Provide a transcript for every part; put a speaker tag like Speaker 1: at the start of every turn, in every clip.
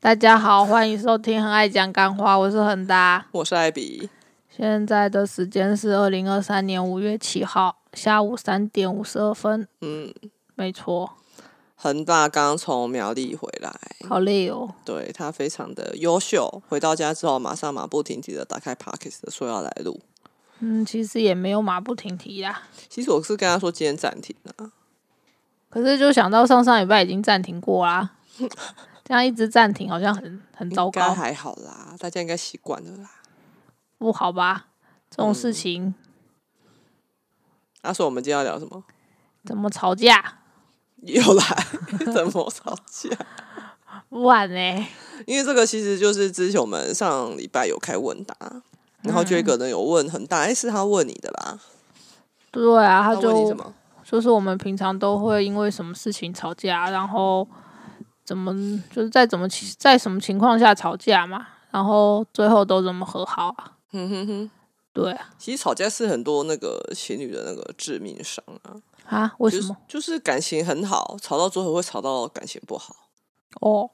Speaker 1: 大家好，欢迎收听《很爱讲干话》，我是恒达。
Speaker 2: 我是艾比，
Speaker 1: 现在的时间是二零二三年五月七号下午三点五十二分。
Speaker 2: 嗯，
Speaker 1: 没错，
Speaker 2: 恒大刚从苗栗回来，
Speaker 1: 好累哦。
Speaker 2: 对他非常的优秀。回到家之后，马上马不停蹄的打开 Pockets 说要来录。
Speaker 1: 嗯，其实也没有马不停蹄啦，
Speaker 2: 其实我是跟他说今天暂停了、
Speaker 1: 可是就想到上上礼拜已经暂停过 啦，这样一直暂停好像很很糟
Speaker 2: 应该
Speaker 1: 糕，
Speaker 2: 还好啦，大家应该习惯了啦。
Speaker 1: 不好吧？这
Speaker 2: 嗯
Speaker 1: 种事情、
Speaker 2: 他、啊说我们今天要聊什么？
Speaker 1: 怎么吵架？
Speaker 2: 又来怎么吵架？
Speaker 1: 不然呢？
Speaker 2: 因为这个其实就是之前我们上礼拜有开问答，然
Speaker 1: 嗯
Speaker 2: 后就有一个人有问恒大，哎、是他问你的啦。
Speaker 1: 对啊，他
Speaker 2: 他问你
Speaker 1: 就
Speaker 2: 什么？
Speaker 1: 就是我们平常都会因为什么事情吵架，然后怎么就是在怎么情在什么情况下吵架嘛，然后最后都怎么和好啊？
Speaker 2: 哼哼哼。
Speaker 1: 对啊，
Speaker 2: 其实吵架是很多那个情侣的那个致命伤啊。
Speaker 1: 啊为
Speaker 2: 就
Speaker 1: 什
Speaker 2: 是
Speaker 1: 么？
Speaker 2: 就是感情很好，吵到最后会吵到感情不好。
Speaker 1: 哦，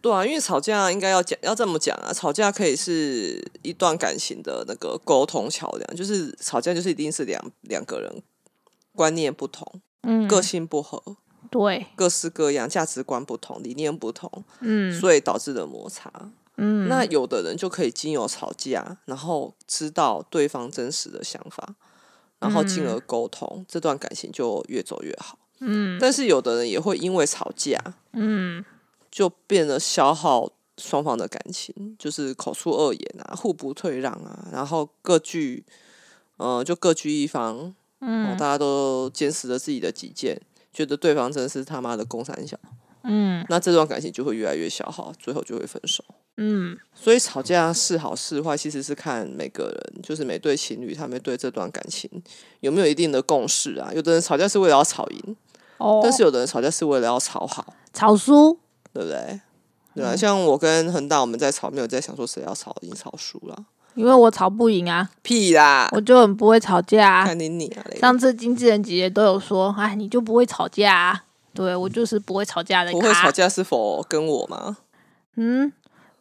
Speaker 2: 对啊，因为吵架应该要讲，要这么讲啊，吵架可以是一段感情的那个沟通桥梁，就是吵架就是一定是两两个人观念不同、
Speaker 1: 嗯，
Speaker 2: 个性不合、
Speaker 1: 对，
Speaker 2: 各式各样、价值观不同、理念不同，
Speaker 1: 嗯
Speaker 2: 所以导致的摩擦。
Speaker 1: 嗯，
Speaker 2: 那有的人就可以经由吵架，然后知道对方真实的想法，然后进而沟通，这段感情就越走越好。
Speaker 1: 嗯
Speaker 2: 但是有的人也会因为吵架，
Speaker 1: 嗯
Speaker 2: 就变得消耗双方的感情，就是口出恶言啊，互不退让啊，然后各据，呃，就各据一方，哦
Speaker 1: 嗯
Speaker 2: 大家都坚持着自己的己见，觉得对方真是他妈的公三小，
Speaker 1: 嗯
Speaker 2: 那这段感情就会越来越消耗，最后就会分手。
Speaker 1: 嗯
Speaker 2: 所以吵架是好是坏，其实是看每个人，就是每对情侣他们对这段感情有没有一定的共识啊。有的人吵架是为了要吵赢，
Speaker 1: 哦，
Speaker 2: 但是有的人吵架是为了要吵好。
Speaker 1: 草书
Speaker 2: 对不对？对
Speaker 1: 嗯
Speaker 2: 啊，像我跟恒大我们在吵，没有在想说谁要吵赢吵输啦，
Speaker 1: 因为我吵不赢啊，
Speaker 2: 屁啦，
Speaker 1: 我就很不会吵架、啊。
Speaker 2: 看你你啊嘞，
Speaker 1: 上次经纪人姐姐都有说，哎，你就不会吵架、啊。对我就是不会吵架的，
Speaker 2: 不会吵。架是否跟我吗？
Speaker 1: 嗯，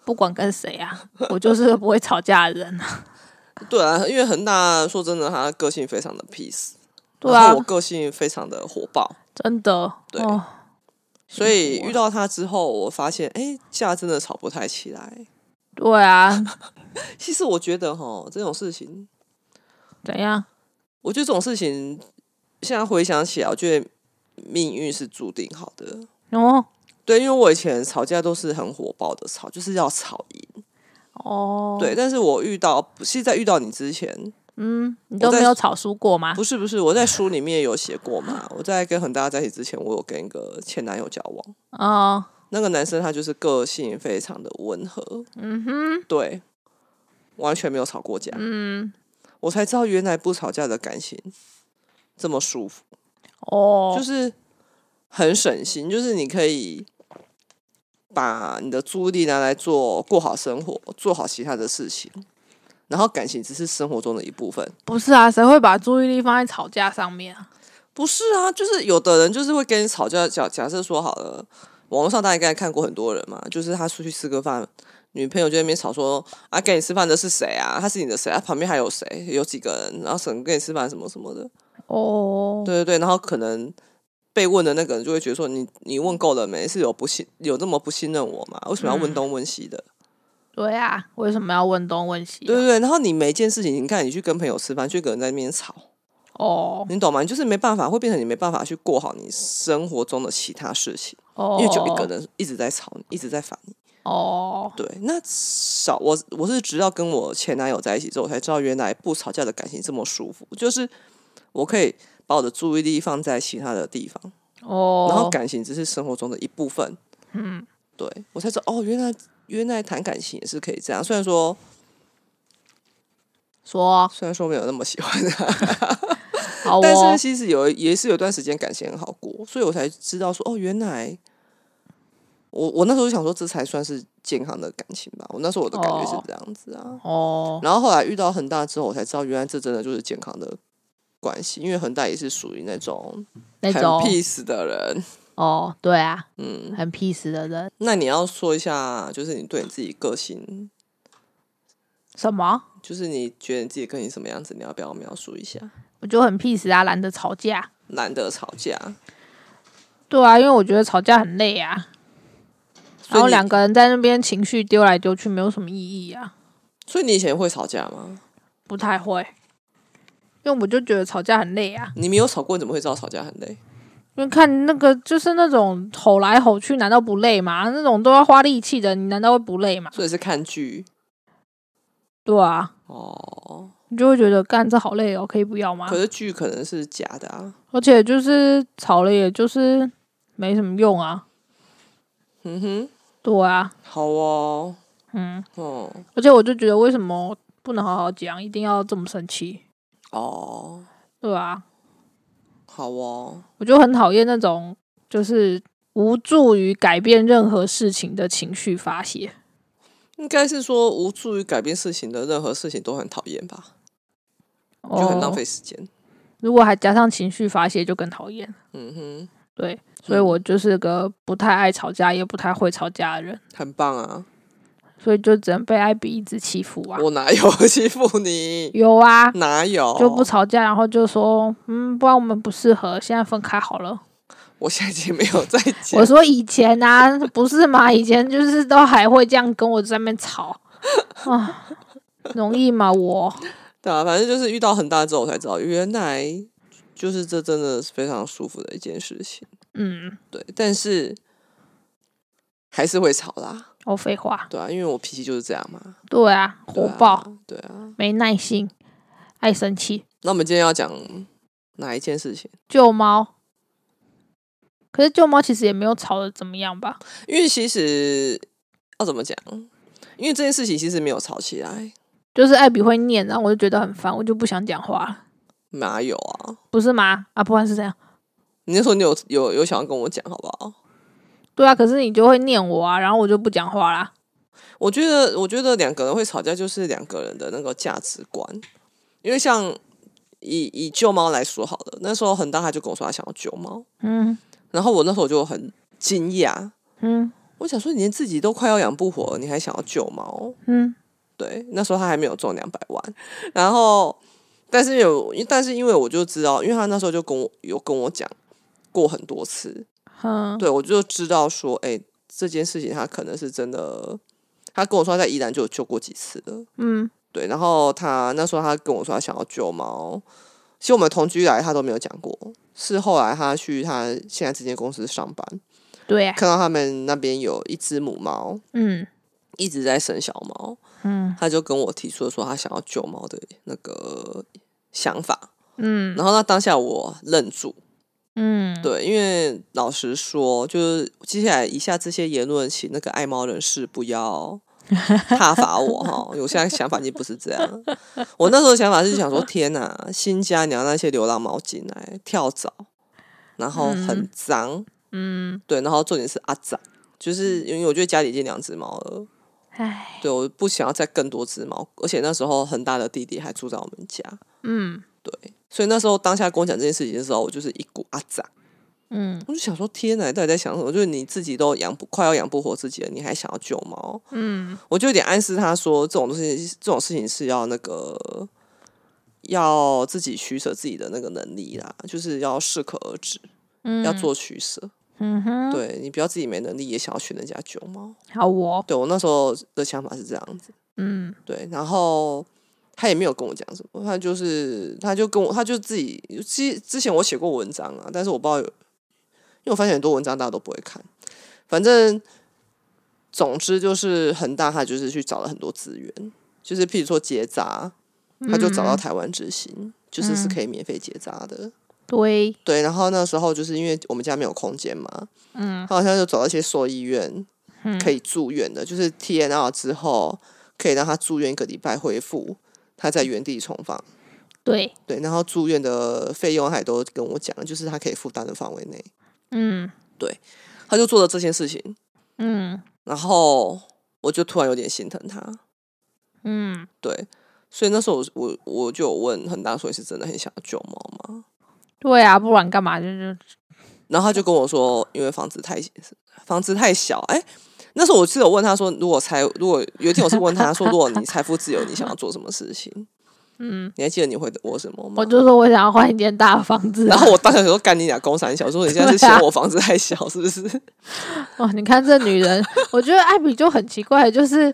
Speaker 1: 不管跟谁啊，我就是个不会吵架的人啊。
Speaker 2: 对啊，因为恒大说真的，他个性非常的 peace，
Speaker 1: 对
Speaker 2: 然
Speaker 1: 啊
Speaker 2: 后我，个性非常的火爆，
Speaker 1: 真的。
Speaker 2: 对
Speaker 1: 哦，啊
Speaker 2: 所
Speaker 1: 嗯
Speaker 2: 以遇到他之后，我发现哎，架真的吵不太起来。
Speaker 1: 对啊，
Speaker 2: 其实我觉得哈，这种事情，
Speaker 1: 怎样？
Speaker 2: 我觉得这种事情，现在回想起来，我觉得命运是注定好的。
Speaker 1: 哦
Speaker 2: 对，因为我以前吵架都是很火爆的吵，就是要吵赢。
Speaker 1: 哦，
Speaker 2: 对，，但是我遇到是在遇到你之前，
Speaker 1: 嗯，你都
Speaker 2: 我在
Speaker 1: 没有吵输过吗？
Speaker 2: 不是不是，我在书里面有写过嘛。我在跟恒大在一起之前，我有跟一个前男友交往，
Speaker 1: 哦，
Speaker 2: 那个男生他就是个性非常的温和，
Speaker 1: 嗯哼，
Speaker 2: 对，完全没有吵过架。
Speaker 1: 嗯，
Speaker 2: 我才知道原来不吵架的感情这么舒服，
Speaker 1: 哦，
Speaker 2: 就是很省心，就是你可以。把你的注意力拿来做过好生活，做好其他的事情，然后感情只是生活中的一部分，
Speaker 1: 不是啊，谁会把注意力放在吵架上面啊？
Speaker 2: 不是啊，就是有的人就是会跟你吵架。假假设说好了，网络上大家应该看过很多人嘛，就是他出去吃个饭，女朋友就在那边吵说啊，跟你吃饭的是谁啊？他是你的谁啊？旁边还有谁？有几个人？然后什么跟你吃饭什么什么的。
Speaker 1: 哦，
Speaker 2: 对对对，然后可能被问的那个人就会觉得说你你问够了没？是有不信有这么不信任我吗？为什么要问东问西的？
Speaker 1: 对啊，为什么要问东问西啊？
Speaker 2: 对对对，然后你每一件事情，你看你去跟朋友吃饭，就一个人在那边吵，
Speaker 1: 哦
Speaker 2: 你懂吗？你就是没办法，会变成你没办法去过好你生活中的其他事情。
Speaker 1: 哦，
Speaker 2: 因为就一个人一直在吵你，一直在烦你。
Speaker 1: 哦，
Speaker 2: 对，那少我我是直到跟我前男友在一起之后，我才知道原来不吵架的感情这么舒服，就是我可以把我的注意力放在其他的地方，
Speaker 1: 哦，
Speaker 2: 然后感情只是生活中的一部分。
Speaker 1: 嗯，
Speaker 2: 对我才知道哦，原来原来谈感情也是可以这样，虽然说
Speaker 1: 说
Speaker 2: 虽然说没有那么喜欢他，
Speaker 1: 好
Speaker 2: 但
Speaker 1: 哦
Speaker 2: 是，其实有也是有段时间感情很好过，所以我才知道说哦，原来我我那时候就想说，这才算是健康的感情吧。我那时候我的感觉是
Speaker 1: 哦
Speaker 2: 这样子啊。
Speaker 1: 哦，
Speaker 2: 然后后来遇到恒大之后，我才知道原来这真的就是健康的关系，因为恒大也是属于那种
Speaker 1: 那
Speaker 2: 很
Speaker 1: 种
Speaker 2: peace 的人，
Speaker 1: 哦，对啊，
Speaker 2: 嗯，
Speaker 1: 很 peace 的人。
Speaker 2: 那你要说一下，就是你对你自己个性，
Speaker 1: 什么？
Speaker 2: 就是你觉得你自己个性什么样子，你要不要描述一下？
Speaker 1: 我就很 peace 啊，懒得吵架。
Speaker 2: 难得吵架，
Speaker 1: 对啊，因为我觉得吵架很累啊，
Speaker 2: 所以
Speaker 1: 然后
Speaker 2: 你
Speaker 1: 两，个人在那边情绪丢来丢去，没有什么意义啊，
Speaker 2: 所以你以前会吵架吗？
Speaker 1: 不太会。因为我就觉得吵架很累啊，
Speaker 2: 你没有吵过，你怎么会知道吵架很累？
Speaker 1: 因为看那个就是那种吼来吼去，难道不累吗？那种都要花力气的，你难道会不累吗？
Speaker 2: 所以是看剧
Speaker 1: 对啊，
Speaker 2: 哦，
Speaker 1: 你就会觉得干这好累哦，可以不要吗
Speaker 2: 可？是剧可能是假的啊。
Speaker 1: 而且就是吵了，也就是没什么用啊。
Speaker 2: 嗯哼，
Speaker 1: 对啊，
Speaker 2: 好哦，
Speaker 1: 嗯，
Speaker 2: 哦
Speaker 1: 而且我就觉得为什么不能好好讲，一定要这么生气？
Speaker 2: 哦，
Speaker 1: 对啊，
Speaker 2: 好哦，
Speaker 1: 我就很讨厌那种就是无助于改变任何事情的情绪发泄。
Speaker 2: 应该是说无助于改变事情的任何事情都很讨厌吧，就很浪
Speaker 1: 哦，
Speaker 2: 费时间。
Speaker 1: 如果还加上情绪发泄，就更讨厌。
Speaker 2: 嗯哼，
Speaker 1: 对，所
Speaker 2: 嗯
Speaker 1: 以我就是个不太爱吵架，也不太会吵架的人，
Speaker 2: 很棒啊！
Speaker 1: 所以就只能被艾比一直欺负啊。
Speaker 2: 我哪有 欺 负你？
Speaker 1: 有啊，
Speaker 2: 哪有？
Speaker 1: 就不吵架，然后就说，嗯，不然我们不适合，现在分开好了。
Speaker 2: 我现在已经没有在 讲
Speaker 1: 我。说以前啊，不是嘛？以前就是都还会这样跟我在那边吵 啊，容易吗？我
Speaker 2: 对啊，反正就是遇到很大之后，我才知道原来就是这真的是非常舒服的一件事情。
Speaker 1: 嗯，
Speaker 2: 对，但是还是会吵啦，
Speaker 1: 我废话，
Speaker 2: 对啊，因为我脾气就是这样嘛，
Speaker 1: 对啊，
Speaker 2: 对
Speaker 1: 火
Speaker 2: 啊
Speaker 1: 爆，，
Speaker 2: 对啊。
Speaker 1: 没耐心，爱生气，
Speaker 2: 那我们今天要讲哪一件事情？
Speaker 1: 救猫。可是救猫其实也没有吵的怎么样吧？
Speaker 2: 因为其实要怎么讲？因为这件事情其实没有吵起来，
Speaker 1: 就是艾比会念，然后我就觉得很烦，我就不想讲话了，
Speaker 2: 哪有啊？
Speaker 1: 不是吗？啊，不然是这样。
Speaker 2: 你那时候你有有有想要跟我讲好不好？
Speaker 1: 对啊，可是你就会念我啊，然后我就不讲话啦。
Speaker 2: 我觉得，我觉得两个人会吵架，就是两个人的那个价值观。因为像以以救猫来说好了，那时候恒大他就跟我说他想要救猫，
Speaker 1: 嗯
Speaker 2: 然后我那时候就很惊讶，
Speaker 1: 嗯
Speaker 2: 我想说你连自己都快要养不活了，你还想要救猫？
Speaker 1: 嗯，
Speaker 2: 对，那时候他还没有中两百万，然后但是有，但是因为我就知道，因为他那时候就跟我有跟我讲过很多次，
Speaker 1: 哼，
Speaker 2: 对我就知道说，哎、这件事情他可能是真的，他跟我说他在宜兰就有救过几次了。
Speaker 1: 嗯
Speaker 2: 对，然后他那时候他跟我说他想要救猫，其实我们同居以来他都没有讲过，是后来他去他现在这间公司上班，
Speaker 1: 对啊，
Speaker 2: 看到他们那边有一只母猫
Speaker 1: 嗯
Speaker 2: 一直在生小猫，
Speaker 1: 嗯
Speaker 2: 他就跟我提出了说他想要救猫的那个想法，
Speaker 1: 嗯
Speaker 2: 然后那当下我愣住，
Speaker 1: 嗯，
Speaker 2: 对，因为老实说，就是接下来以下这些言论，请那个爱猫人士不要挞伐我 哈。我现在想法已经不是这样了，我那时候想法是想说，天哪，新家你要那些流浪猫进来跳蚤，然后很脏，
Speaker 1: 嗯，
Speaker 2: 对，然后重点是阿脏，就是因为我觉得家里已经两只猫了，
Speaker 1: 唉，
Speaker 2: 对，我不想要再更多只猫，而且那时候恒大的弟弟还住在我们家，
Speaker 1: 嗯
Speaker 2: 对，所以那时候当下跟我讲这件事情的时候，我就是一股阿脏。
Speaker 1: 嗯
Speaker 2: 我就想说，天哪，你到底在想什么？就是你自己都养不快要养不活自己了，你还想要救猫？
Speaker 1: 嗯，
Speaker 2: 我就有点暗示他说，这种东西，这种事情是要那个要自己取舍自己的那个能力啦，就是要适可而止，
Speaker 1: 嗯
Speaker 2: 要，做取舍。
Speaker 1: 嗯哼，
Speaker 2: 对你不要自己没能力也想要学人家救猫。
Speaker 1: 好我，
Speaker 2: 对我那时候的想法是这样子，
Speaker 1: 嗯
Speaker 2: 对，然后。他也没有跟我讲什么，他就是，他就跟我，他就自己，其实之前我写过文章啊，但是我不知道有因为我发现很多文章大家都不会看。反正总之就是恒大，他就是去找了很多资源，就是譬如说结扎，他就
Speaker 1: 嗯
Speaker 2: 找到台湾之行，就是是可以免费结扎的。
Speaker 1: 对，
Speaker 2: 对，然后那时候就是因为我们家没有空间嘛，
Speaker 1: 嗯
Speaker 2: 他好像就找到一些兽医院
Speaker 1: 嗯
Speaker 2: 可以住院的，就是 TNR 之后可以让他住院一个礼拜恢复，他在原地重放。
Speaker 1: 对，
Speaker 2: 对，然后住院的费用他也都跟我讲了，就是他可以负担的范围内，
Speaker 1: 嗯
Speaker 2: 他就做了这件事情。
Speaker 1: 嗯
Speaker 2: 然后我就突然有点心疼他，
Speaker 1: 嗯，
Speaker 2: 对，所以那时候我我我就有问恒大说你是真的很想要救猫吗？
Speaker 1: 对啊，不然干嘛就就
Speaker 2: 然后他就跟我说，因为房子太房子太小，哎、那时候我记得我问他说，如果财如果有一天我是问他说，如果你财富自由，你想要做什么事情？
Speaker 1: 嗯，
Speaker 2: 你还记得你回答我什么吗？
Speaker 1: 我就说我想要换一间大的房子啊、
Speaker 2: 然后我当时说干你俩公三小，说你现在是嫌我房子太小是不是？
Speaker 1: 哦，你看这女人，我觉得艾比就很奇怪，就是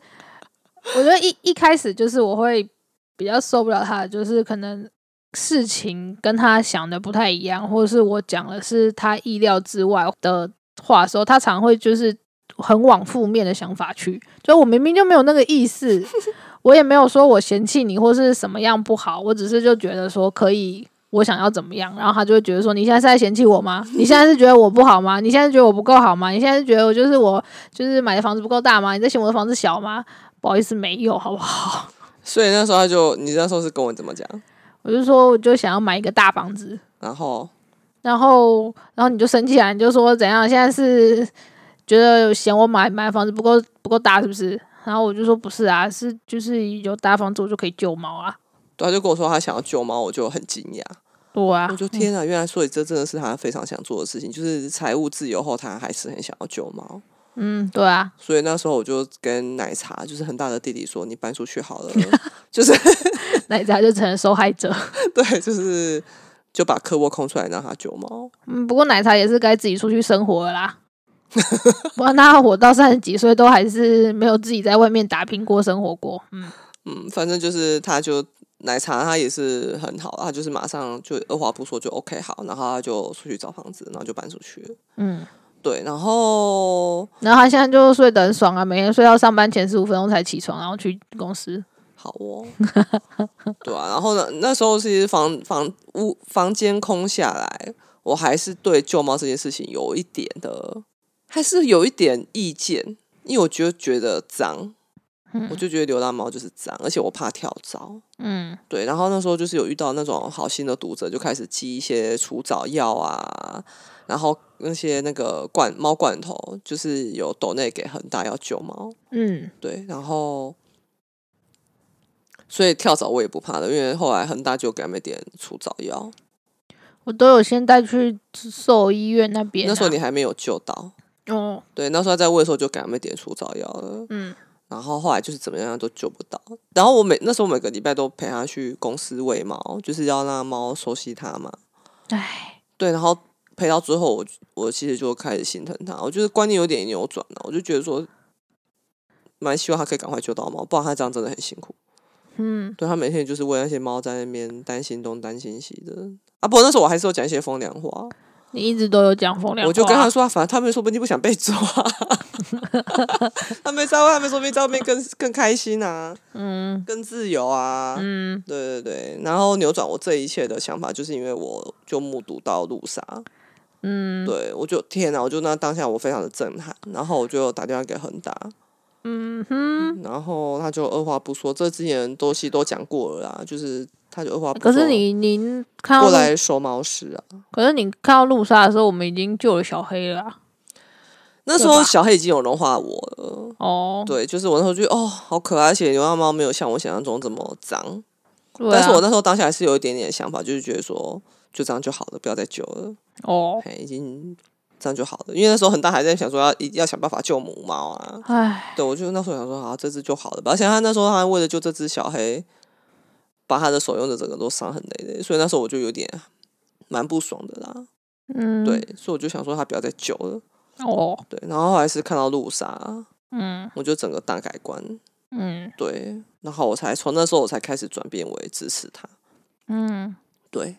Speaker 1: 我觉得一一开始就是我会比较受不了她，就是可能事情跟她想的不太一样，或者是我讲的是她意料之外的话的时候，她常会就是很往负面的想法去，就我明明就没有那个意思，我也没有说我嫌弃你或是什么样不好，我只是就觉得说可以。我想要怎么样，然后他就会觉得说：“你现在是在嫌弃我吗？你现在是觉得我不好吗？你现在是觉得我不够好吗？你现在是觉得我就是我就是买的房子不够大吗？你在嫌我的房子小吗？不好意思，没有，好不好？
Speaker 2: 所以那时候他就，你那时候是跟我怎么讲？
Speaker 1: 我就说我就想要买一个大房子，
Speaker 2: 然后
Speaker 1: 然后然后你就生气啊了，你就说怎样？现在是觉得嫌我买买的房子不够不够大是不是？然后我就说不是啊，是就是有大房子我就可以救猫啊，
Speaker 2: 对，他就跟我说他想要救猫，我就很惊讶，
Speaker 1: 对啊，
Speaker 2: 我就天啊，原来所以这真的是他非常想做的事情，就是财务自由后，他还是很想要救猫。
Speaker 1: 嗯，对啊，
Speaker 2: 所以那时候我就跟奶茶，就是很大的弟弟说，你搬出去好了， 就是
Speaker 1: 奶茶就成了受害者。
Speaker 2: 对，就是就把客卧空出来让他救猫。
Speaker 1: 嗯，不过奶茶也是该自己出去生活了 啦。哇，那我到三十几岁都还是没有自己在外面打拼过、生活过。嗯，
Speaker 2: 嗯，反正就是他就奶茶，他也是很好，他就是马上就二话不说就 OK 好，然后他就出去找房子，然后就搬出去了。
Speaker 1: 嗯，
Speaker 2: 对，然后
Speaker 1: 然后他现在就睡得很爽啊，每天睡到上班前十五分钟才起床，然后去公司。
Speaker 2: 好哦，对啊，然后呢，那时候其实房房屋房间空下来，我还是对救猫这件事情有一点的，还是有一点意见，因为我就觉得脏，我
Speaker 1: 嗯
Speaker 2: 就觉得流浪猫就是脏，而且我怕跳蚤。
Speaker 1: 嗯
Speaker 2: 对，然后那时候就是有遇到那种好心的读者，就开始寄一些除蚤药啊，然后那些那个罐猫罐头，就是有抖内给恒大要救猫，
Speaker 1: 嗯，
Speaker 2: 对，然后所以跳蚤我也不怕的，因为后来恒大就给他们点除蚤药，
Speaker 1: 我都有先带去兽医院那边啊、
Speaker 2: 那时候你还没有救到，
Speaker 1: 哦，
Speaker 2: 对，那时候在喂的时候就给他们点除蚤药了，
Speaker 1: 嗯
Speaker 2: 然后后来就是怎么样都救不到，然后我每那时候每个礼拜都陪他去公司喂猫，就是要让猫熟悉它嘛，
Speaker 1: 唉，
Speaker 2: 对，然后陪到最后我，我其实就开始心疼他，我就是观念有点扭转了，我就觉得说，蛮希望他可以赶快救到猫，不然他这样真的很辛苦。
Speaker 1: 嗯
Speaker 2: 对他每天就是为那些猫在那边担心东担心西的啊。不过那时候我还是有讲一些风凉话，
Speaker 1: 你一直都有讲风凉话，
Speaker 2: 我就跟他说、啊，反正他们说不定不想 被抓，他们在外面说不定在外面更更开心啊，
Speaker 1: 嗯
Speaker 2: 更自由啊。
Speaker 1: 嗯，
Speaker 2: 对对对，然后扭转我这一切的想法，就是因为我就目睹到路杀，
Speaker 1: 嗯
Speaker 2: 对，我就天哪！我就那当下我非常的震撼，然后我就打电话给恒大，
Speaker 1: 嗯哼。
Speaker 2: 然后他就二话不说，这之前东西都讲过了啦，就是他就二话不
Speaker 1: 可
Speaker 2: 说，
Speaker 1: 是你你看到
Speaker 2: 过
Speaker 1: 路，
Speaker 2: 来收猫屎啊！
Speaker 1: 可是你看到路杀的时候，我们已经救了小黑了啊、
Speaker 2: 那时
Speaker 1: 对
Speaker 2: 候
Speaker 1: 吧
Speaker 2: 小黑已经有融化我了，
Speaker 1: 哦，
Speaker 2: 对，就是我那时候就觉得哦，好可爱，而且流浪猫没有像我想象中这么脏，
Speaker 1: 对啊
Speaker 2: 但是我那时候当下还是有一点点想法，就是觉得说就这样就好了，不要再救了，
Speaker 1: 哦，
Speaker 2: 嘿，已经这样就好了，因为那时候恒大还在想说要一定要想办法救母猫啊，
Speaker 1: 唉，
Speaker 2: 对，我就那时候想说，好，这只就好了吧。而且他那时候他为了救这只小黑，把他的手用的整个都伤痕累累，所以那时候我就有点蛮不爽的啦。
Speaker 1: 嗯，
Speaker 2: 对，，所以我就想说他不要再救了。
Speaker 1: 哦，
Speaker 2: 对，然后后来是看到路杀，
Speaker 1: 嗯
Speaker 2: 我就整个大改观。
Speaker 1: 嗯
Speaker 2: 对，然后我才从那时候我才开始转变为支持他。
Speaker 1: 嗯。
Speaker 2: 对，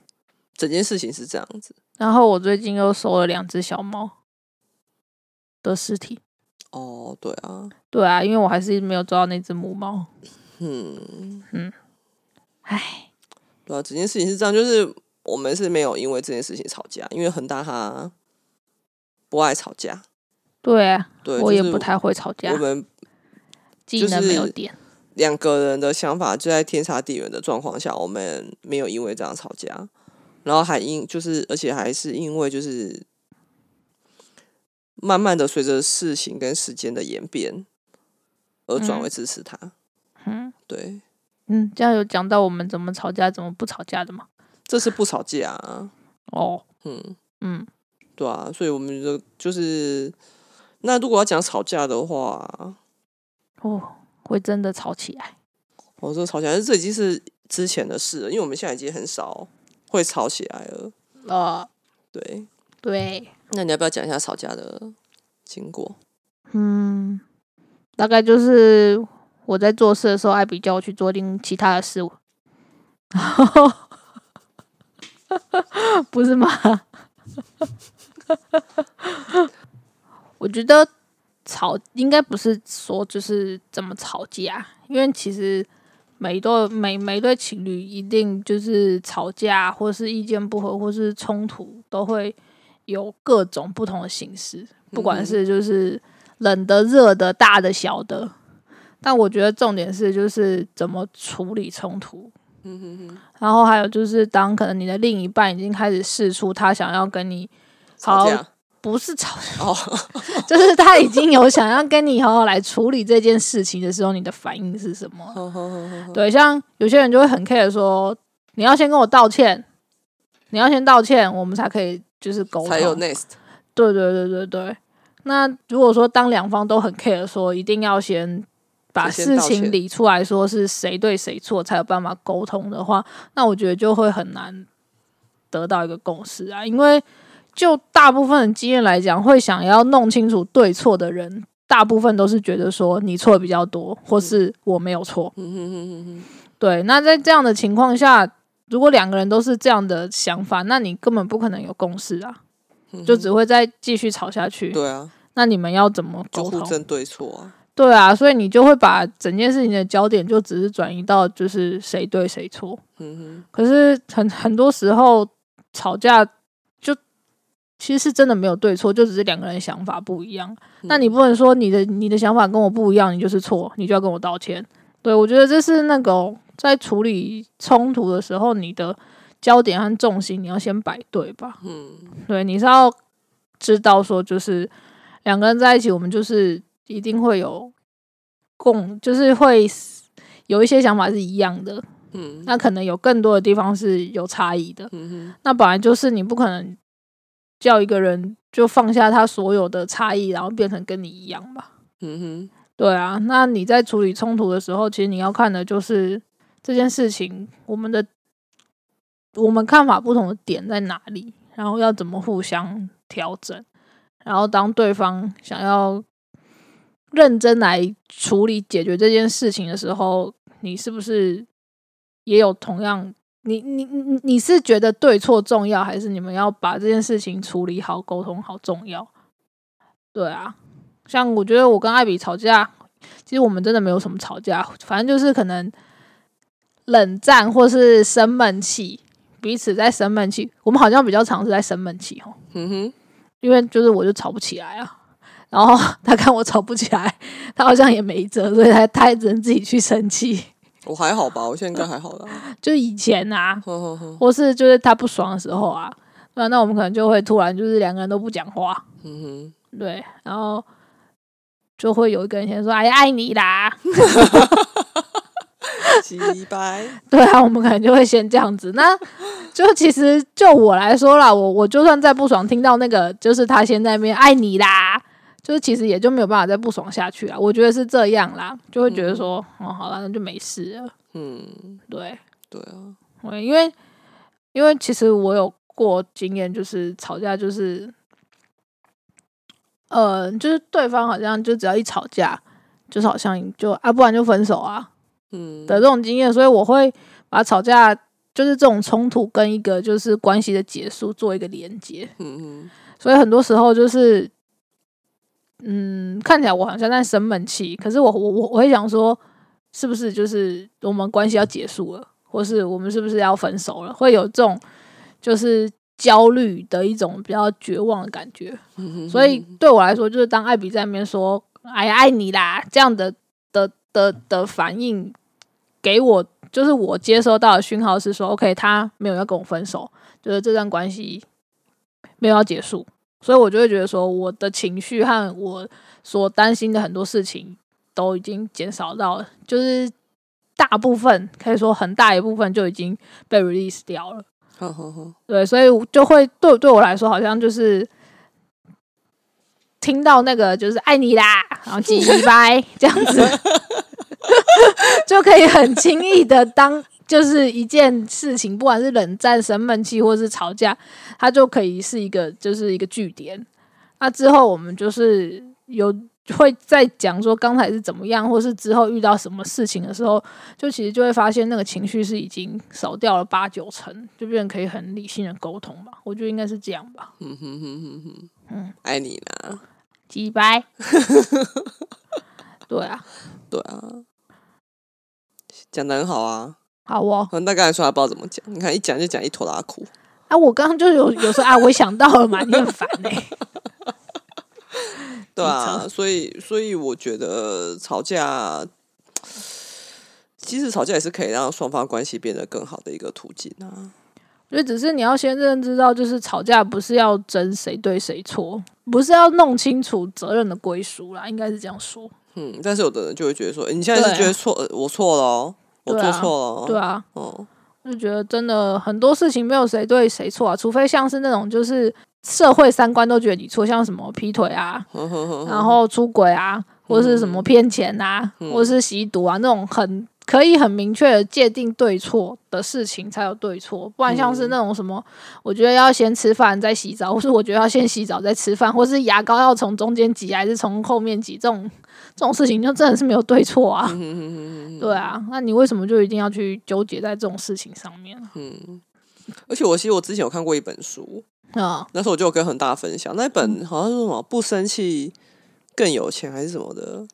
Speaker 2: 整件事情是这样子。
Speaker 1: 然后我最近又收了两只小猫的尸体。
Speaker 2: 哦，对啊，
Speaker 1: 对啊，因为我还是没有抓到那只母猫。
Speaker 2: 嗯，
Speaker 1: 唉，
Speaker 2: 对啊，整件事情是这样，就是我们是没有因为这件事情吵架，因为恒大他不爱吵架。
Speaker 1: 对啊，
Speaker 2: 对，
Speaker 1: 我
Speaker 2: 就
Speaker 1: 也
Speaker 2: 是
Speaker 1: 不太会吵架
Speaker 2: 我，们
Speaker 1: 技
Speaker 2: 就
Speaker 1: 能没有
Speaker 2: 是
Speaker 1: 点。
Speaker 2: 两个人的想法就在天差地远的状况下，我们没有因为这样吵架，然后还因就是，而且还是因为就是慢慢的随着事情跟时间的演变而转
Speaker 1: 嗯
Speaker 2: 为支持他。
Speaker 1: 嗯
Speaker 2: 对，
Speaker 1: 嗯，这样有讲到我们怎么吵架，怎么不吵架的吗？
Speaker 2: 这是不吵架啊，
Speaker 1: 哦，
Speaker 2: 嗯，
Speaker 1: 嗯，
Speaker 2: 对啊，所以我们就就是，那如果要讲吵架的话，
Speaker 1: 哦，会真的吵起来。
Speaker 2: 我说吵起来，这已经是之前的事了，因为我们现在已经很少会吵起来了。
Speaker 1: 呃，
Speaker 2: 对，
Speaker 1: 对，
Speaker 2: 那你要不要讲一下吵架的经过？
Speaker 1: 嗯，大概就是我在做事的时候，艾比叫我去做另其他的事，然后 不是吗？我觉得吵应该不是说就是怎么吵架，因为其实每一对每每一对情侣一定就是吵架，或是意见不合，或是冲突，都会有各种不同的形式，不管是就是冷的、热的、大的、小的。但我觉得重点是就是怎么处理冲突，
Speaker 2: 嗯哼哼，
Speaker 1: 然后还有就是当可能你的另一半已经开始试出他想要跟你
Speaker 2: 吵
Speaker 1: 好
Speaker 2: 架
Speaker 1: 不是吵
Speaker 2: 哦，
Speaker 1: 就是他已经有想要跟你好好来处理这件事情的时候，你的反应是什么？
Speaker 2: 好好好好，
Speaker 1: 对，像有些人就会很 care 说，你要先跟我道歉，你要先道歉，我们才可以就是沟通。
Speaker 2: 才有 next。
Speaker 1: 对对对对对。那如果说当两方都很 care 说，一定要先把
Speaker 2: 先
Speaker 1: 事
Speaker 2: 道
Speaker 1: 情
Speaker 2: 歉
Speaker 1: 理出来，说是谁对谁错才有办法沟通的话，那我觉得就会很难得到一个共识啊。因为就大部分的经验来讲，会想要弄清楚对错的人，大部分都是觉得说你错比较多，或是我没有错。
Speaker 2: 嗯哼哼哼哼，
Speaker 1: 对，那在这样的情况下，如果两个人都是这样的想法，那你根本不可能有共识啊，
Speaker 2: 嗯哼
Speaker 1: 就只会再继续吵下去。
Speaker 2: 对啊，
Speaker 1: 那你们要怎么
Speaker 2: 就
Speaker 1: 沟
Speaker 2: 互
Speaker 1: 通？
Speaker 2: 争对错啊。
Speaker 1: 对啊，所以你就会把整件事情的焦点就只是转移到就是谁对谁错。
Speaker 2: 嗯
Speaker 1: 可是很很多时候吵架就其实是真的没有对错，就只是两个人想法不一样。
Speaker 2: 哼，
Speaker 1: 那你不能说你的你的想法跟我不一样，你就是错，你就要跟我道歉。对我觉得这是那个在处理冲突的时候，你的焦点和重心你要先摆对吧。
Speaker 2: 嗯
Speaker 1: 对，你是要知道说，就是两个人在一起，我们就是一定会有共，就是会 s- 有一些想法是一样的，
Speaker 2: 嗯，
Speaker 1: 那可能有更多的地方是有差异的。
Speaker 2: 嗯
Speaker 1: 那本来就是你不可能叫一个人就放下他所有的差异，然后变成跟你一样吧？
Speaker 2: 哼嗯哼，
Speaker 1: 对啊，那你在处理冲突的时候，其实你要看的就是这件事情，我们的我们看法不同的点在哪里，然后要怎么互相调整，然后当对方想要认真来处理解决这件事情的时候，你是不是也有同样？你你你你你是觉得对错重要，还是你们要把这件事情处理好、沟通好重要？对啊，像我觉得我跟艾比吵架，其实我们真的没有什么吵架，反正就是可能冷战或是生闷气，彼此在生闷气。我们好像比较常是在生闷气哦，
Speaker 2: 嗯哼，
Speaker 1: 因为就是我就吵不起来啊，然后 他看我吵不起来，他好像也没辙，所以他他也只能自己去生气。
Speaker 2: 我还好吧，我现在应该还好啦。
Speaker 1: 就以前啊，
Speaker 2: 哼哼哼，
Speaker 1: 或是就是他不爽的时候啊，那那我们可能就会突然就是两个人都不讲话，
Speaker 2: 嗯哼，
Speaker 1: 对，然后就会有一个人先说：“哎，爱你啦。”
Speaker 2: 鸡掰，
Speaker 1: 对啊，我们可能就会先这样子。那就其实就我来说啦，我我就算再不爽，听到那个就是他先在那边爱你啦，就是其实也就没有办法再不爽下去啦。我觉得是这样啦，就会觉得说，哦，好了，那就没事了。
Speaker 2: 嗯，
Speaker 1: 对，
Speaker 2: 对啊，
Speaker 1: 我因为因为其实我有过经验，就是吵架就是，呃，就是对方好像就只要一吵架，就是好像就啊，不然就分手啊，
Speaker 2: 嗯，
Speaker 1: 的这种经验，所以我会把吵架就是这种冲突跟一个就是关系的结束做一个连接。
Speaker 2: 嗯哼，
Speaker 1: 所以很多时候就是，嗯，看起来我好像在生闷气，可是我我我我会想说，是不是就是我们关系要结束了，或是我们是不是要分手了？会有这种就是焦虑的一种比较绝望的感觉。
Speaker 2: 嗯哼，
Speaker 1: 所以对我来说，就是当艾比在那边说“哎呀，爱你啦”这样的的的的反应，给我就是我接收到的讯号是说，OK，他没有要跟我分手，就是这段关系没有要结束，所以我就会觉得说，我的情绪和我所担心的很多事情都已经减少到，就是大部分可以说很大一部分就已经被 release 掉了。
Speaker 2: 好好好，
Speaker 1: 对，所以就会对对我来说，好像就是听到那个就是爱你啦，然后记一拜这样子，就可以很轻易的当就是一件事情，不管是冷战、生闷气或是吵架，它就可以是一个就是一个据点。那之后我们就是有会再讲说刚才是怎么样，或是之后遇到什么事情的时候，就其实就会发现那个情绪是已经少掉了八九成，就变成可以很理性的沟通吧。我觉得应该是这样吧。
Speaker 2: 嗯哼哼哼哼，嗯，爱你啦，
Speaker 1: 鸡掰， 对啊，
Speaker 2: 对啊，讲的很好啊，
Speaker 1: 好哦。
Speaker 2: 那刚才说他不知道怎么讲，你看一讲就讲一坨拉苦，
Speaker 1: 啊，我刚刚就有有说啊，我想到了嘛，你很烦 呢、
Speaker 2: 对
Speaker 1: 没
Speaker 2: 啊，所以所以我觉得吵架，其实吵架也是可以让双方关系变得更好的一个途径啊。
Speaker 1: 所以只是你要先认知到，就是吵架不是要争谁对谁错，不是要弄清楚责任的归属啦，应该是这样说。
Speaker 2: 嗯，但是有的人就会觉得说，诶你现在
Speaker 1: 对啊
Speaker 2: 是觉得错，呃我错了哦，我
Speaker 1: 对
Speaker 2: 做
Speaker 1: 啊
Speaker 2: 错了哦，
Speaker 1: 对啊，
Speaker 2: 哦，
Speaker 1: 就觉得真的很多事情没有谁对谁错啊，除非像是那种就是社会三观都觉得你错，像什么劈腿啊，
Speaker 2: 哼哼哼
Speaker 1: 然后出轨啊，或是
Speaker 2: 嗯
Speaker 1: 什么骗钱啊，或是吸毒啊，那种很可以很明确的界定对错的事情才有对错，不然像
Speaker 2: 嗯
Speaker 1: 是那种什么，我觉得要先吃饭再洗澡，或是我觉得要先洗澡再吃饭，或是牙膏要从中间挤还是从后面挤，这种这种事情就真的是没有对错啊。
Speaker 2: 嗯
Speaker 1: 对啊，那你为什么就一定要去纠结在这种事情上面啊？
Speaker 2: 嗯而且我其实我之前有看过一本书，
Speaker 1: 啊
Speaker 2: 那时候我就有跟恒大分享，那一本
Speaker 1: 嗯
Speaker 2: 好像是什么不生气更有钱还是什么的，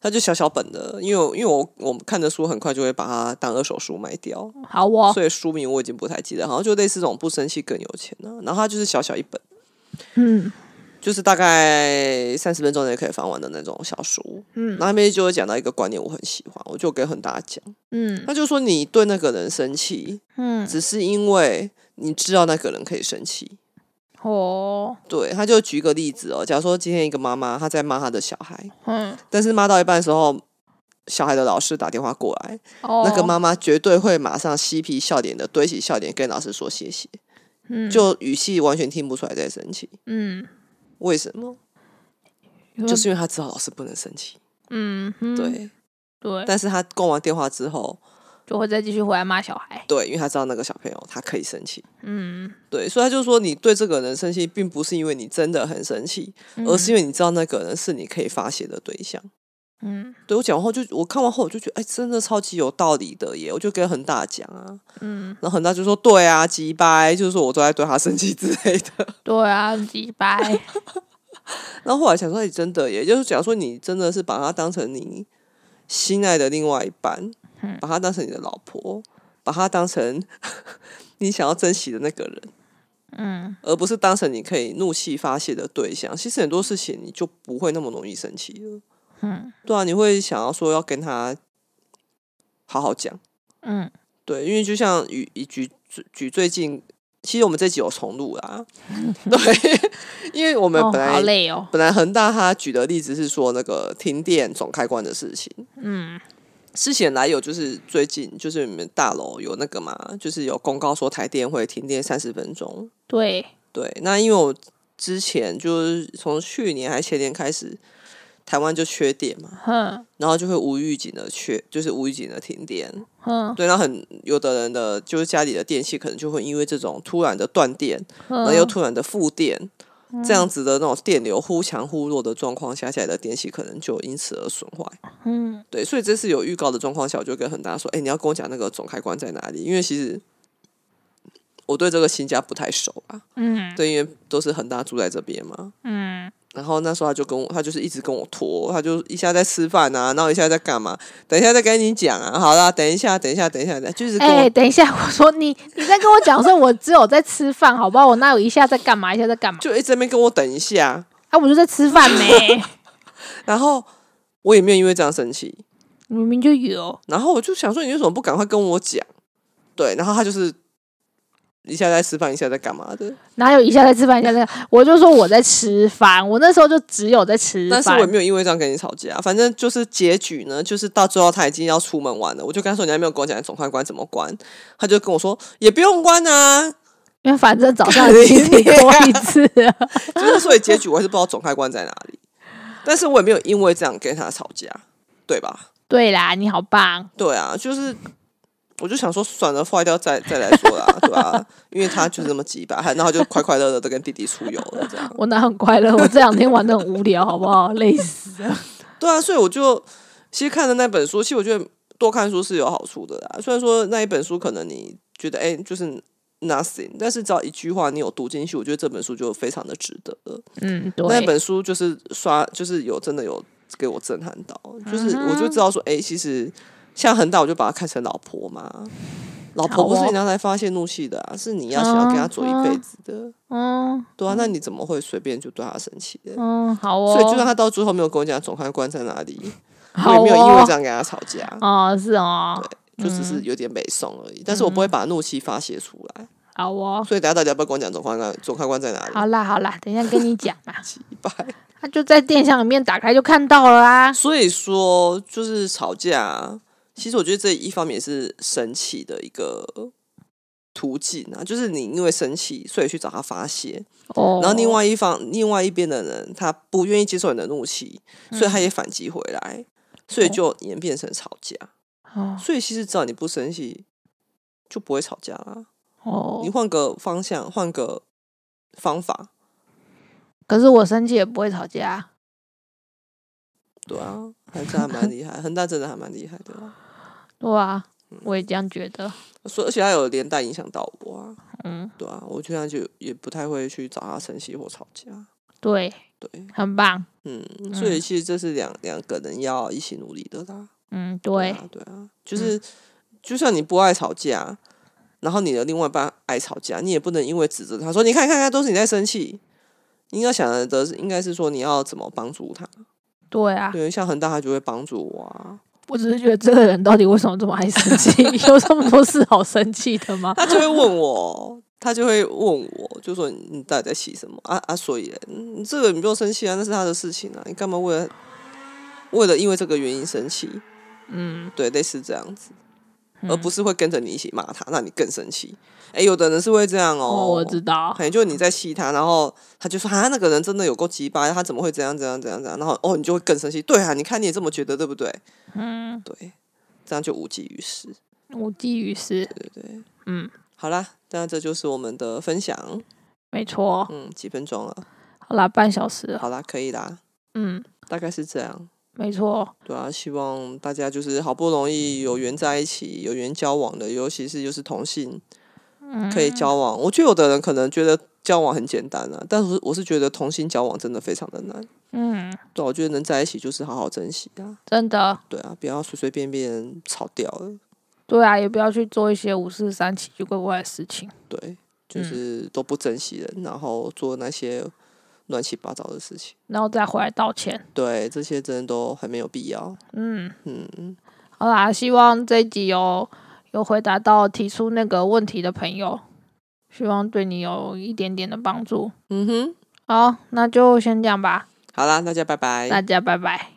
Speaker 2: 它就小小本的，因为我因为我我看的书很快就会把它当二手书卖掉，
Speaker 1: 好哦，
Speaker 2: 所以书名我已经不太记得，好像就类似这种不生气更有钱呢、然后它就是小小一本，
Speaker 1: 嗯
Speaker 2: 就是大概三十分钟内可以翻完的那种小书。
Speaker 1: 嗯
Speaker 2: 那那边就有讲到一个观念，我很喜欢，我就跟恒大讲，
Speaker 1: 嗯
Speaker 2: 他就说你对那个人生气，
Speaker 1: 嗯，
Speaker 2: 只是因为你知道那个人可以生气，
Speaker 1: 哦，
Speaker 2: 对，他就举一个例子哦，假如说今天一个妈妈她在骂她的小孩，
Speaker 1: 嗯
Speaker 2: 但是骂到一半的时候，小孩的老师打电话过来，
Speaker 1: 哦，
Speaker 2: 那个妈妈绝对会马上嬉皮笑脸的堆起笑脸跟老师说谢谢，
Speaker 1: 嗯
Speaker 2: 就语气完全听不出来在生气，
Speaker 1: 嗯，
Speaker 2: 为什么？
Speaker 1: 因为
Speaker 2: 就是因为他知道老师不能生气，
Speaker 1: 嗯哼，
Speaker 2: 对，
Speaker 1: 对，
Speaker 2: 但是他挂完电话之后，
Speaker 1: 就会再继续回来骂小孩。
Speaker 2: 对，因为他知道那个小朋友他可以生气，
Speaker 1: 嗯，
Speaker 2: 对，所以他就说你对这个人生气，并不是因为你真的很生气，
Speaker 1: 嗯
Speaker 2: 而是因为你知道那个人是你可以发泄的对象。
Speaker 1: 嗯
Speaker 2: 对我讲完后就，我看完后我就觉得，哎，真的超级有道理的耶！我就跟恒大讲啊，
Speaker 1: 嗯，
Speaker 2: 然后恒大就说，对啊，鸡掰，就是说我都在对他生气之类的。
Speaker 1: 对啊，几百，
Speaker 2: 然后后来想说，哎，真的耶，就是假如说你真的是把他当成你心爱的另外一半，
Speaker 1: 嗯
Speaker 2: 把他当成你的老婆，把他当成你想要珍惜的那个人，
Speaker 1: 嗯
Speaker 2: 而不是当成你可以怒气发泄的对象，其实很多事情你就不会那么容易生气了。
Speaker 1: 嗯
Speaker 2: 对啊，你会想要说要跟他好好讲。
Speaker 1: 嗯
Speaker 2: 对，因为就像举以举举最近，其实我们这集有重录啦， 对，因为我们
Speaker 1: 哦，
Speaker 2: 本来、
Speaker 1: 好累哦。
Speaker 2: 本来恒大他举的例子是说那个停电总开关的事情，
Speaker 1: 嗯
Speaker 2: 之前来有就是最近就是你们大楼有那个嘛，就是有公告说台电会停电三十分钟，
Speaker 1: 对，
Speaker 2: 对，那因为我之前就是从去年还前年开始，台湾就缺电嘛，
Speaker 1: 哼
Speaker 2: 然后就会无预警的缺，就是无预警的停电，
Speaker 1: 哼
Speaker 2: 对，那很有的人的就是家里的电器可能就会因为这种突然的断电，然后又
Speaker 1: 哼，
Speaker 2: 突然的复电，这样子的那种电流忽强忽弱的状况下，家里的电器可能就因此而损坏。
Speaker 1: 嗯
Speaker 2: 对，所以这次有预告的状况下，我就跟恒大说：“哎、你要跟我讲那个总开关在哪里？”因为其实我对这个新家不太熟啊，
Speaker 1: 嗯
Speaker 2: 对，因为都是恒大住在这边嘛。
Speaker 1: 嗯，
Speaker 2: 然后那时候他就跟我，他就是一直跟我拖，他就一下在吃饭啊，然后一下在干嘛？等一下再跟你讲啊，好啦，等一下，等一下，等一下，等一下就是跟我
Speaker 1: 哎，等一下，我说你你在跟我讲说，我只有在吃饭，好不好？我哪有一下在干嘛，一下在干嘛？
Speaker 2: 就一直在那边跟我等一下，
Speaker 1: 啊，我就在吃饭 没，
Speaker 2: 然后我也没有因为这样生气，
Speaker 1: 明明就有，
Speaker 2: 然后我就想说你为什么不赶快跟我讲？对，然后他就是一下在吃饭，一下在干嘛的，
Speaker 1: 哪有一下在吃饭，一下在干？我就说我在吃饭，我那时候就只有在吃
Speaker 2: 但是我也
Speaker 1: 饭。
Speaker 2: 没有因为这样跟你吵架，反正就是结局呢，就是到最后他已经要出门玩了，我就跟他说你还没有跟我讲总开关怎么关，他就跟我说也不用关啊，
Speaker 1: 因为反正早上已经 听
Speaker 2: 你
Speaker 1: 过一次了，
Speaker 2: 就是所以结局我还是不知道总开关在哪里，但是我也没有因为这样跟他吵架，对吧？
Speaker 1: 对啦，你好棒，
Speaker 2: 对啊，就是我就想说，算了，坏掉再再来说啦，对吧、因为他就是这么急吧，然后就快快乐乐的跟弟弟出游了，这样。
Speaker 1: 我哪很快乐？我这两天玩的很无聊，好不好？累死了。
Speaker 2: 对啊，所以我就其实看的那本书，其实我觉得多看书是有好处的啦。虽然说那一本书可能你觉得哎、就是 nothing，但是只要一句话你有读进去，我觉得这本书就非常的值得了。
Speaker 1: 嗯，
Speaker 2: 那
Speaker 1: 对，
Speaker 2: 本书就是刷，就是有真的有给我震撼到，就是
Speaker 1: 嗯
Speaker 2: 我就知道说，哎、其实像恒大，我就把她看成老婆嘛。老婆不是
Speaker 1: 好哦
Speaker 2: 你拿来发泄怒气的啊，是你要想要跟她走一辈子的，
Speaker 1: 嗯
Speaker 2: 对啊，那你怎么会随便就对她生气的？
Speaker 1: 嗯，好哦。
Speaker 2: 所以就算她到最后没有跟我讲总看官在哪里，我
Speaker 1: 好
Speaker 2: 也没有因为这
Speaker 1: 样
Speaker 2: 样跟她吵架，
Speaker 1: 哦，是哦，
Speaker 2: 就只是有点北宋而已。但是我不
Speaker 1: 嗯
Speaker 2: 会把怒气发泄出来，
Speaker 1: 好哦，
Speaker 2: 所以等一下大家不要跟我讲总看官总看官在哪里，，
Speaker 1: 好啦好啦，等一下跟你讲嘛
Speaker 2: 几百。
Speaker 1: 他就在电箱里面打开就看到了 啊。
Speaker 2: 所以说，就是吵架，啊其实我觉得这一方面也是生气的一个途径啊，就是你因为生气，所以去找他发泄，
Speaker 1: 哦，
Speaker 2: 然后另外一方、另外一边的人，他不愿意接受你的怒气，
Speaker 1: 嗯
Speaker 2: 所以他也反击回来，所以就演变成吵架。
Speaker 1: 哦
Speaker 2: 所以其实只要你不生气，就不会吵架啦。你
Speaker 1: 哦，
Speaker 2: 换个方向，换个方法，
Speaker 1: 可是我生气也不会吵架，
Speaker 2: 对啊，还真还 蛮厉害，恒大真的还蛮厉害的啦。
Speaker 1: 对啊，
Speaker 2: 嗯
Speaker 1: 我也这样觉得。
Speaker 2: 所以而且他有连带影响到我啊。
Speaker 1: 嗯，
Speaker 2: 对啊，我现在就也不太会去找他生气或吵架。
Speaker 1: 对，
Speaker 2: 对，
Speaker 1: 很棒。
Speaker 2: 嗯，所以其实这是两两个人要一起努力的啦。
Speaker 1: 嗯，对，
Speaker 2: 啊，对啊，就是、就算你不爱吵架，然后你的另外一半爱吵架，你也不能因为指责他说：“你看看看，都是你在生气。”你要想的是，应该是说你要怎么帮助他。
Speaker 1: 对啊，
Speaker 2: 对，像恒大他就会帮助我啊，
Speaker 1: 我只是觉得这个人到底为什么这么爱生 气？ 有这么多事好生气的吗？
Speaker 2: 他就会问我，他就会问我，就说你到底在气什么啊啊？所以嘞嗯这个你不用生气啊，那是他的事情啊，你干嘛为了为了因为这个原因生气？
Speaker 1: 嗯，
Speaker 2: 对，类似这样子，而不是会跟着你一起骂他，让你更生气。哎，有的人是会这样
Speaker 1: 哦，
Speaker 2: 哦，
Speaker 1: 我知道
Speaker 2: 可，能就你在气他，然后他就说啊，那个人真的有够鸡巴，他怎么会这样这样这样这样？然后哦，你就会更生气。对啊，你看你也这么觉得，对不对？
Speaker 1: 嗯，
Speaker 2: 对，这样就无济于事。
Speaker 1: 无济于事，
Speaker 2: 对对对，
Speaker 1: 嗯，
Speaker 2: 好啦，那这就是我们的分享。
Speaker 1: 没错。
Speaker 2: 嗯，几分钟了，
Speaker 1: 好啦，半小时了，
Speaker 2: 好啦，可以啦，
Speaker 1: 嗯，
Speaker 2: 大概是这样。
Speaker 1: 没错，
Speaker 2: 对啊，希望大家就是好不容易有缘在一起、有缘交往的，尤其是又是同性
Speaker 1: 嗯，
Speaker 2: 可以交往。我觉得有的人可能觉得交往很简单啊，但是我是觉得同性交往真的非常的难。
Speaker 1: 嗯，
Speaker 2: 对啊、我觉得能在一起就是好好珍惜啊。
Speaker 1: 真的，
Speaker 2: 对啊，不要随随便便吵掉了。
Speaker 1: 对啊，也不要去做一些五四三奇奇怪怪的事情。
Speaker 2: 对，就是都不珍惜人，然后做那些乱七八糟的事情。
Speaker 1: 然后再回来道歉。
Speaker 2: 对，这些真的都很没有必要。
Speaker 1: 嗯，
Speaker 2: 嗯，
Speaker 1: 好啦，希望这一集有有回答到提出那个问题的朋友，希望对你有一点点的帮助。
Speaker 2: 嗯哼，
Speaker 1: 好，那就先这样吧，
Speaker 2: 好啦，大家拜拜。
Speaker 1: 大家拜拜。